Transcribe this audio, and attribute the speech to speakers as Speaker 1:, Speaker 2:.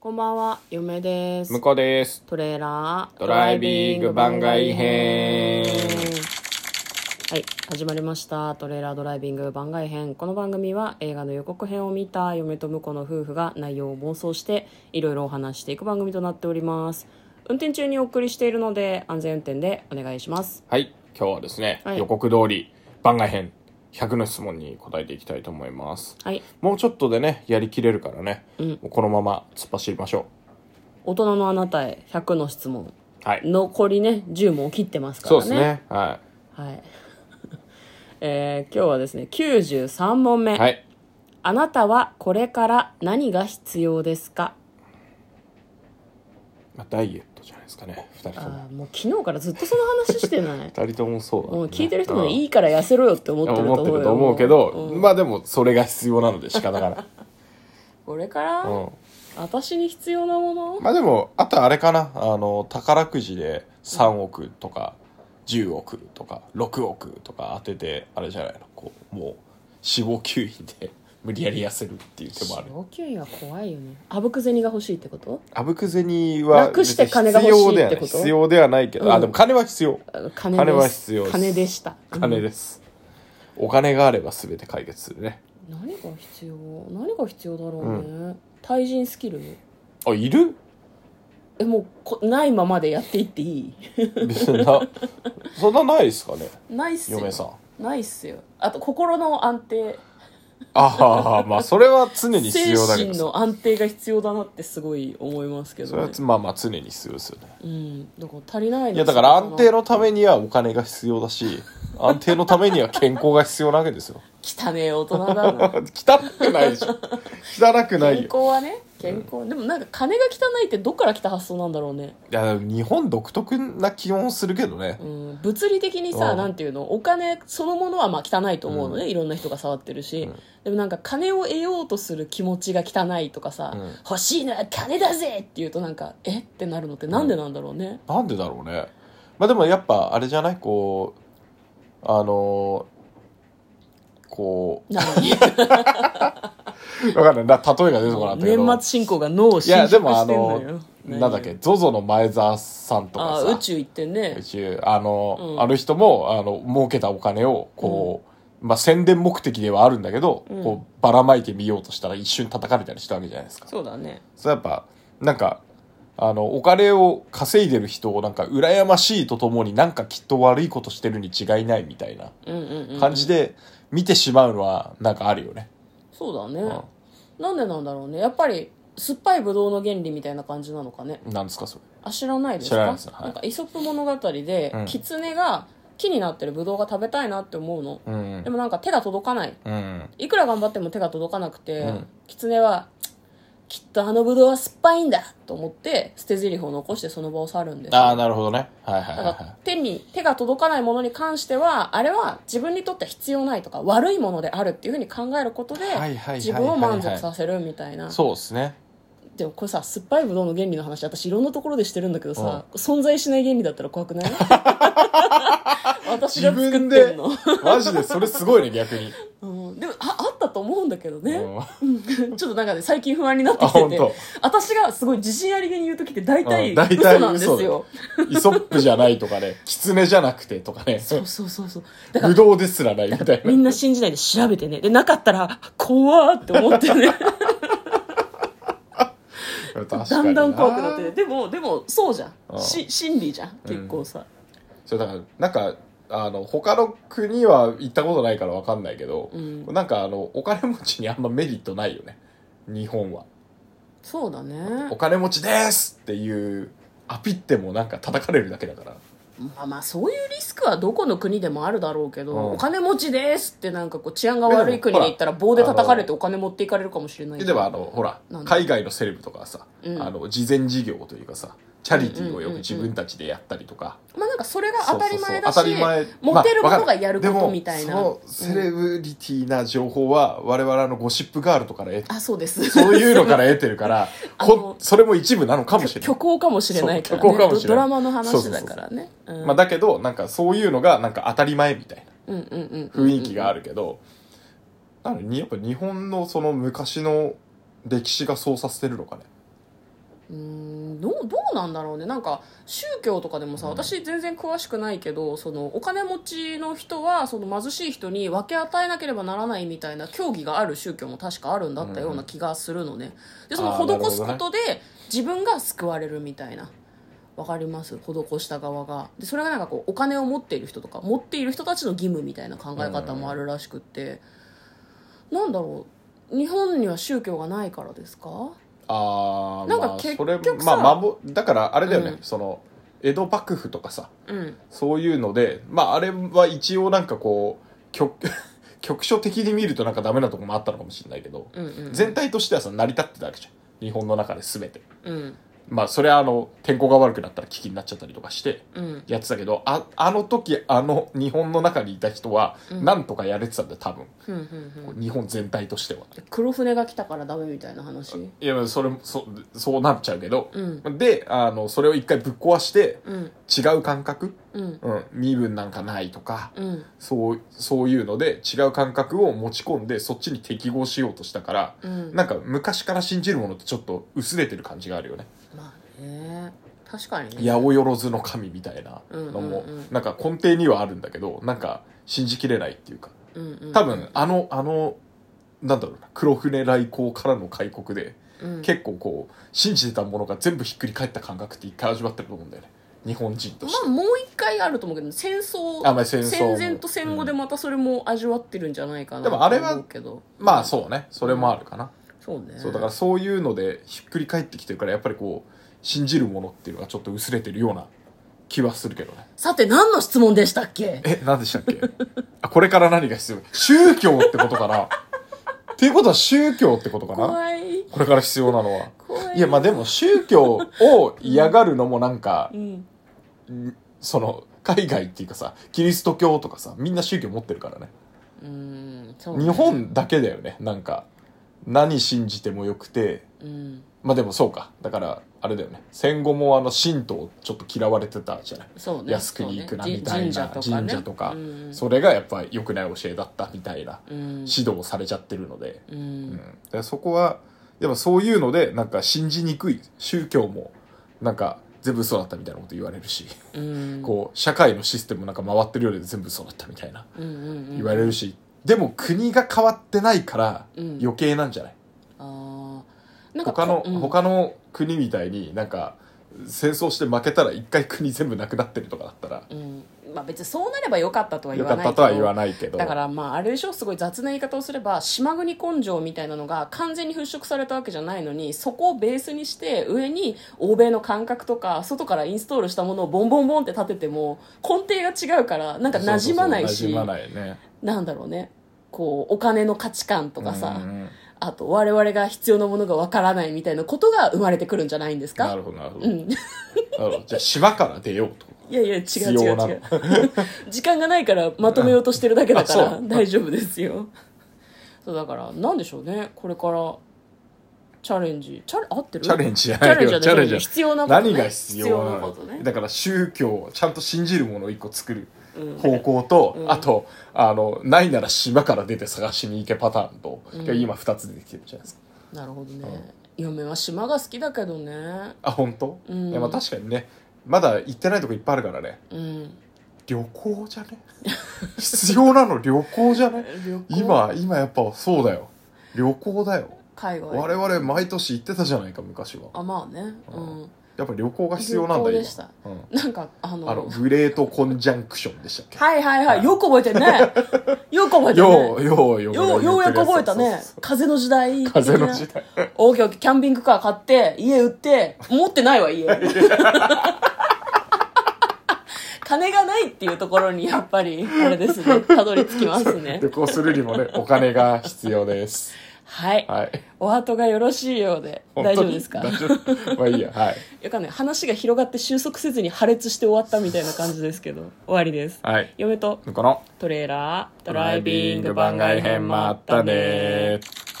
Speaker 1: こんばんは、嫁です。
Speaker 2: 向こうです
Speaker 1: トレーラード
Speaker 2: ドライビング番外編
Speaker 1: はい始まりました「トレーラードライビング番外編」この番組は映画の予告編を見た嫁と婿の夫婦が内容を妄想していろいろお話していく番組となっております運転中にお送りしているので安全運転でお願いします
Speaker 2: はい今日はですね、
Speaker 1: はい
Speaker 2: 予告通り番外編100の質問に答えていきたいと思います
Speaker 1: はい
Speaker 2: もうちょっとでねやりきれるからね、もうこのまま突っ走りましょ
Speaker 1: 大人のあなたへ100の質問
Speaker 2: うはい、
Speaker 1: 残りね10問切ってますから
Speaker 2: そう
Speaker 1: ね
Speaker 2: ですねは
Speaker 1: はい、 えー今日はですね93問目
Speaker 2: い、はい、
Speaker 1: あなたはこれから何が必要ですか
Speaker 2: まあ、ダイエットじゃないですかね2人とも
Speaker 1: あーもう昨日からずっ とその話してない
Speaker 2: 2人ともそうだ、ね、
Speaker 1: もう聞いてる人もね
Speaker 2: うん
Speaker 1: いいから痩せろよって思ってると
Speaker 2: 思
Speaker 1: 思
Speaker 2: っ
Speaker 1: う
Speaker 2: て
Speaker 1: よ
Speaker 2: ると思うけど、
Speaker 1: うん
Speaker 2: まあでもそれが必要なので仕方がない、
Speaker 1: これから、
Speaker 2: うん、
Speaker 1: 私に必要なもの、
Speaker 2: まあでもあとあれかなあの宝くじで3億とか10億とか6億とか当ててあれじゃないのこうもう脂肪吸引で 無理やり痩せるっていう手もある
Speaker 1: 老朽位は怖いよねあぶく銭が欲しいってこと
Speaker 2: あぶく銭は
Speaker 1: 楽して
Speaker 2: 別に
Speaker 1: 金が欲しい
Speaker 2: 必要では
Speaker 1: ってこ
Speaker 2: な
Speaker 1: と
Speaker 2: 必要ではないけど、
Speaker 1: う
Speaker 2: あ
Speaker 1: ん
Speaker 2: でも金は必要
Speaker 1: あの金
Speaker 2: 金
Speaker 1: です
Speaker 2: は必要です
Speaker 1: 金でした
Speaker 2: 金
Speaker 1: で、
Speaker 2: です、お金があれば全て解決するね
Speaker 1: うん何が必要何が必要だろうね、対人スキル
Speaker 2: あいる
Speaker 1: えもうこないままでやっていっていい
Speaker 2: 別に なそんなないですかね
Speaker 1: ないっすよ
Speaker 2: 嫁さん
Speaker 1: ないっすよあと心の安定
Speaker 2: ああまあそれは常に必
Speaker 1: 精
Speaker 2: 要だけ
Speaker 1: 神
Speaker 2: ど
Speaker 1: の
Speaker 2: さ
Speaker 1: 安定が必要だなってすごい思いますけ
Speaker 2: そ
Speaker 1: ど、
Speaker 2: れは
Speaker 1: ね、
Speaker 2: まあまあ常に必要ですよね
Speaker 1: うんだから足りないの
Speaker 2: いやだから安定
Speaker 1: の
Speaker 2: のためにはお金が必要だ し安定のためには健康が必要なわけですよ
Speaker 1: 汚ねえ大人だな
Speaker 2: 汚くないでしょ汚く ない
Speaker 1: 健
Speaker 2: よ
Speaker 1: 康はね健康、でもなんか金が汚いってどっから来た発想なんだろうね、
Speaker 2: いやでも日本独特な気温するけどね
Speaker 1: うん、物理的にさ、
Speaker 2: うん
Speaker 1: なんていうのお金そのものはまあ汚いと思うのね、いろんな人が触ってるし、でもなんか金を得ようとする気持ちが汚いとかさ、
Speaker 2: うん
Speaker 1: 欲しいのは金だぜって言うとなんかえってなるのってなんでなんだろう ね、
Speaker 2: なんでだろうねまあでもやっぱあれじゃないこうあのこ
Speaker 1: なのに
Speaker 2: うわかんないな例えが出てこなかったけど
Speaker 1: 年末進行が脳を
Speaker 2: い
Speaker 1: 侵
Speaker 2: や
Speaker 1: 食して
Speaker 2: で
Speaker 1: んの
Speaker 2: もあ
Speaker 1: よ
Speaker 2: のなんだっけ ZOZO の前澤さんとか
Speaker 1: あ
Speaker 2: さ
Speaker 1: ー宇宙行ってね
Speaker 2: 宇宙あの、
Speaker 1: うん
Speaker 2: あの人もあの儲けたお金をこう、まあ、宣伝目的ではあるんだけど、
Speaker 1: うん
Speaker 2: こうばらまいてみようとしたら一瞬叩かれたりしたわけじゃないですか
Speaker 1: そうだね
Speaker 2: それやっぱなんかあのお金を稼いでる人をなんか羨ましいとともになんかきっと悪いことしてるに違いないみたいな
Speaker 1: うんうん、うん、
Speaker 2: 感じで見てしまうのはなんかあるよね、
Speaker 1: そうだね、なんでなんだろうねやっぱり酸っぱいブドウの原理みたいな感じなのかね
Speaker 2: うん、なんですかそれ
Speaker 1: あ知らないです
Speaker 2: 知ら
Speaker 1: か
Speaker 2: ないですはい
Speaker 1: んかイソップ物語で、
Speaker 2: うん
Speaker 1: 狐が木になってるブドウが食べたいなって思うの、
Speaker 2: うん
Speaker 1: でもなんか手が届かない
Speaker 2: うん
Speaker 1: いくら頑張っても手が届かなくて、
Speaker 2: うん
Speaker 1: 狐はきっとあのブドウは酸っぱいんだと思って捨て台詞を残してその場を去るんですよ
Speaker 2: ああなるほどねはいはいは
Speaker 1: だ
Speaker 2: いは
Speaker 1: から
Speaker 2: い
Speaker 1: 手に手が届かないものに関してはあれは自分にとっては必要ないとか悪いものであるっていうふうに考えることで
Speaker 2: いはいはいはい
Speaker 1: 自分を満足させるみたいな
Speaker 2: そうですね
Speaker 1: でもこれさ酸っぱいブドウの原理の話私いろんなところでしてるんだけどさ、存在しない原理だったら怖く ない私が作ってんの、
Speaker 2: マジでそれすごいね逆に、
Speaker 1: うん、でもああったと思うんだけど
Speaker 2: う
Speaker 1: ね、
Speaker 2: ん
Speaker 1: ちょっとなんかね最近不安になってき
Speaker 2: あ
Speaker 1: て
Speaker 2: 本
Speaker 1: て
Speaker 2: 当
Speaker 1: 私がすごい自信ありげに言う時って大体
Speaker 2: うん
Speaker 1: 嘘
Speaker 2: 大体
Speaker 1: なんです
Speaker 2: 嘘だ
Speaker 1: よ
Speaker 2: よ、イソップじゃないとかね、 キツネじゃなくてとかね、
Speaker 1: そうそうそうそうだから
Speaker 2: ブドウですらないみたいな
Speaker 1: み。んな信じないで調べてね。で、なかったら、怖ーって思ってね。
Speaker 2: 確かに
Speaker 1: だんだん怖くなっ
Speaker 2: あ
Speaker 1: てね。
Speaker 2: ー
Speaker 1: でも、でも、そうじゃ
Speaker 2: うん
Speaker 1: ん。し、心理じゃん。結構さ。
Speaker 2: そう、だから、なんか、あの、他の国は行ったことないからわかんないけど、
Speaker 1: うん
Speaker 2: なんかあの、お金持ちにあんまメリットないよね。日本は。
Speaker 1: そうだね。
Speaker 2: お金持ちですっていう、アピってもなんか叩かれるだけだから。
Speaker 1: まあまあ、そういうリスクはどこの国でもあるだろうけど、
Speaker 2: うん
Speaker 1: お金持ちですってなんかこう、治安が悪い国に行ったら
Speaker 2: でもほ
Speaker 1: 棒
Speaker 2: ら
Speaker 1: で叩かれてお金持っていかれるかもしれない。
Speaker 2: でもあの、ほら
Speaker 1: なん、だ
Speaker 2: 海外のセレブとかはさ、
Speaker 1: うん
Speaker 2: あの、事前事業というかさ、チャリティー
Speaker 1: うん
Speaker 2: をよ
Speaker 1: うんうんうん
Speaker 2: く自分たちでやったりとか、
Speaker 1: まあなんかそれが当たり前だし、
Speaker 2: そうそうそう当たり前
Speaker 1: 持てる
Speaker 2: まあ
Speaker 1: 者がやるこ
Speaker 2: わ
Speaker 1: と
Speaker 2: か
Speaker 1: みたいな。
Speaker 2: でもそのセレブリティな情報は我々あのゴシップガールとかで得て
Speaker 1: あ、そうです。
Speaker 2: そういうのから得てるか ら
Speaker 1: あの
Speaker 2: こそれも一部なのかもしれな
Speaker 1: 虚
Speaker 2: い、
Speaker 1: 構かもしれないからね。
Speaker 2: そう虚構かも
Speaker 1: ド
Speaker 2: しれない
Speaker 1: ドラマの話だからね。うん
Speaker 2: まあ、だけどなんかそういうのがなんか当たり前みたい
Speaker 1: うんうんうん
Speaker 2: な雰囲気があるけど、なのにやっぱ日本のその昔の歴史がそうさせてるのかね
Speaker 1: うーんどうどうなんだろうねなんか宗教とかでもさ、私全然詳しくないけどそのお金持ちの人はその貧しい人に分け与えなければならないみたいな教義がある宗教も確かあるんだったような気がするのね、でその
Speaker 2: あーなるほど
Speaker 1: 施
Speaker 2: ね
Speaker 1: すことで自分が救われるみたいなわかります施した側がでそれがなんかこうお金を持っている人とか持っている人たちの義務みたいな考え方もあるらしくって、なんだろう日本には宗教がないからですか
Speaker 2: あー
Speaker 1: なんか
Speaker 2: まあ
Speaker 1: 結
Speaker 2: それ
Speaker 1: 局
Speaker 2: ま
Speaker 1: さ
Speaker 2: あ守だからあれだよね、
Speaker 1: うん
Speaker 2: その江戸幕府とかさ
Speaker 1: うん
Speaker 2: そういうのでまああれは一応なんかこう局 局所的に見るとなんかダメなとこもあったのかもしれないけど、
Speaker 1: うんうん
Speaker 2: 全体としてはさ成り立ってたわけじゃん日本の中で全て
Speaker 1: うん
Speaker 2: まあそれはあの天候が悪くなったら危機になっちゃったりとかして
Speaker 1: うん
Speaker 2: やってたけどああの時あの日本の中にいた人は
Speaker 1: うん
Speaker 2: なんとかやれてたんだよ多分、
Speaker 1: ふんふんふん
Speaker 2: 日本全体としては
Speaker 1: 黒船が来たからダメみたいな話
Speaker 2: いやそれもそそうなっちゃうけど、
Speaker 1: うん
Speaker 2: であのそれを一回ぶっ壊して
Speaker 1: うん
Speaker 2: 違う感覚、
Speaker 1: うん
Speaker 2: うん、身分なんかないとか、
Speaker 1: うん
Speaker 2: そうそういうので違う感覚を持ち込んでそっちに適合しようとしたから、
Speaker 1: うん
Speaker 2: なんか昔から信じるものってちょっと薄れてる感じがあるよね
Speaker 1: まあね確かにね
Speaker 2: 八百万の神みたいなのも、
Speaker 1: うんうんうん
Speaker 2: なんか根底にはあるんだけどなんか信じきれないっていうか
Speaker 1: うんうん
Speaker 2: 多分あのあのなんだろうな黒船来航からの開国で、
Speaker 1: うん
Speaker 2: 結構こう信じてたものが全部ひっくり返った感覚って一回味わってると思うんだよね日本人と
Speaker 1: ま
Speaker 2: して、
Speaker 1: あもう一回あると思うけど戦争
Speaker 2: あまあ戦争も
Speaker 1: 前と戦後でまたそれも味わってるんじゃないかな
Speaker 2: でもあれは
Speaker 1: と思うけど
Speaker 2: まあそうねそれもあるかな、
Speaker 1: そうね
Speaker 2: そうだからそういうのでひっくり返ってきてるからやっぱりこう信じるものっていうのがちょっと薄れてるような気はするけどね
Speaker 1: さて何の質問でしたっけ
Speaker 2: え何でしたっけ あこれから何が必要宗教ってことかなっていうことは宗教ってことかな
Speaker 1: 怖い
Speaker 2: これから必要なのは
Speaker 1: 怖い
Speaker 2: いやまあでも宗教を嫌がるのもなんか
Speaker 1: う、ん
Speaker 2: その海外っていうかさキリスト教とかさみんな宗教持ってるからね
Speaker 1: うんそうね
Speaker 2: 日本だけだよねなんか何信じてもよくて
Speaker 1: うん
Speaker 2: まあでもそうかだからあれだよね戦後もあの神道ちょっと嫌われてたじゃない
Speaker 1: そうね
Speaker 2: 靖国行くな
Speaker 1: そうね
Speaker 2: みたいな
Speaker 1: 神
Speaker 2: 神社
Speaker 1: 社と
Speaker 2: とか,、
Speaker 1: かねうん
Speaker 2: それがやっぱ良くない教えだったみたいな
Speaker 1: うん
Speaker 2: 指導されちゃってるので、
Speaker 1: う
Speaker 2: うん
Speaker 1: ん
Speaker 2: だからそこはでもそういうのでなんか信じにくい宗教もなんか全部嘘だったみたいなこと言われるし、
Speaker 1: うん
Speaker 2: こう社会のシステムなんか回ってるようで全部嘘だったみたいな
Speaker 1: うんうんうん
Speaker 2: 言われるし、でも国が変わってないから
Speaker 1: うん
Speaker 2: 余計なんじゃない、
Speaker 1: あーなんか
Speaker 2: 他の、
Speaker 1: うん
Speaker 2: 他の国みたいになんか戦争して負けたら一回国全部なくなってるとかだったら
Speaker 1: うんまあ別にそうなればよかったとは言
Speaker 2: よ
Speaker 1: わ
Speaker 2: か
Speaker 1: な
Speaker 2: っ
Speaker 1: いけ
Speaker 2: た
Speaker 1: ど
Speaker 2: とは言わないけど
Speaker 1: だからまああれでしょすごい雑な言い方をすれば島国根性みたいなのが完全に払拭されたわけじゃないのにそこをベースにして上に欧米の感覚とか外からインストールしたものをボンボンボンって立てても根底が違うからなんか馴染まない
Speaker 2: そうそう
Speaker 1: し
Speaker 2: そう馴染まないね
Speaker 1: なんだろうねこうお金の価値観とかさ、
Speaker 2: うんうん
Speaker 1: あと我々が必要なものがわからないみたいなことが生まれてくるんじゃないんです
Speaker 2: な
Speaker 1: か
Speaker 2: るほどなるほど、
Speaker 1: う
Speaker 2: なんるほどじゃあ島から出ようと
Speaker 1: いやいや違う
Speaker 2: 必
Speaker 1: 違
Speaker 2: 要
Speaker 1: う
Speaker 2: な
Speaker 1: 違う 時間がないからまとめようとしてるだけだか
Speaker 2: あ
Speaker 1: ら
Speaker 2: そう
Speaker 1: 大丈夫ですよそうだからなんでしょうねこれからチャレンジチャレ合ってる
Speaker 2: チャレンジじゃ
Speaker 1: チャ
Speaker 2: な
Speaker 1: レ
Speaker 2: い
Speaker 1: ンジ
Speaker 2: よ
Speaker 1: じ
Speaker 2: チ
Speaker 1: ゃ
Speaker 2: ャ
Speaker 1: な
Speaker 2: レ
Speaker 1: い
Speaker 2: ンジ
Speaker 1: 必要なことね
Speaker 2: 何が必要
Speaker 1: 必要
Speaker 2: な
Speaker 1: なこ
Speaker 2: の
Speaker 1: とね
Speaker 2: だから宗教ちゃんと信じるものを一個作る
Speaker 1: うん
Speaker 2: 方向と、
Speaker 1: うん
Speaker 2: あとあのないなら島から出て探しに行けパターンと、
Speaker 1: うん
Speaker 2: 今2つ出てきてるじゃないですか
Speaker 1: なるほどね、嫁は島が好きだけどね
Speaker 2: あ本当、
Speaker 1: うん
Speaker 2: いやまあ確かにねまだ行ってないとこいっぱいあるからね
Speaker 1: うん
Speaker 2: 旅行じゃね必要なの旅行じゃね
Speaker 1: 旅行
Speaker 2: 今今やっぱそうだよ旅行だよ
Speaker 1: 海外
Speaker 2: 我々毎年行ってたじゃないか昔は
Speaker 1: あまあねうん
Speaker 2: やっぱ旅行が必要なん
Speaker 1: 旅
Speaker 2: だよ
Speaker 1: 行でした
Speaker 2: うん、
Speaker 1: なんかあの
Speaker 2: あのグレートコンジャンクションでしたっけ
Speaker 1: はいはいはいよく覚えてるねよく覚えてるね
Speaker 2: ようようよう
Speaker 1: ようようやく覚えたね
Speaker 2: そうそう
Speaker 1: 風の時代的な
Speaker 2: 風の時代
Speaker 1: オーケーオーケーキャンピングカー買って家売って持ってないわ家 金がないっていうところにやっぱりこれですねたどり着きますね
Speaker 2: 旅行するにもねお金が必要です
Speaker 1: はい、
Speaker 2: はい
Speaker 1: お後がよろしいようで
Speaker 2: 本当
Speaker 1: 大
Speaker 2: に
Speaker 1: 丈夫ですか
Speaker 2: 大丈夫まあいいやはい
Speaker 1: よかんない話が広がって収束せずに破裂して終わったみたいな感じですけど終わりです
Speaker 2: はい
Speaker 1: 嫁と
Speaker 2: この
Speaker 1: トレーラード
Speaker 2: ド
Speaker 1: ライビング番外編もあったね
Speaker 2: まったね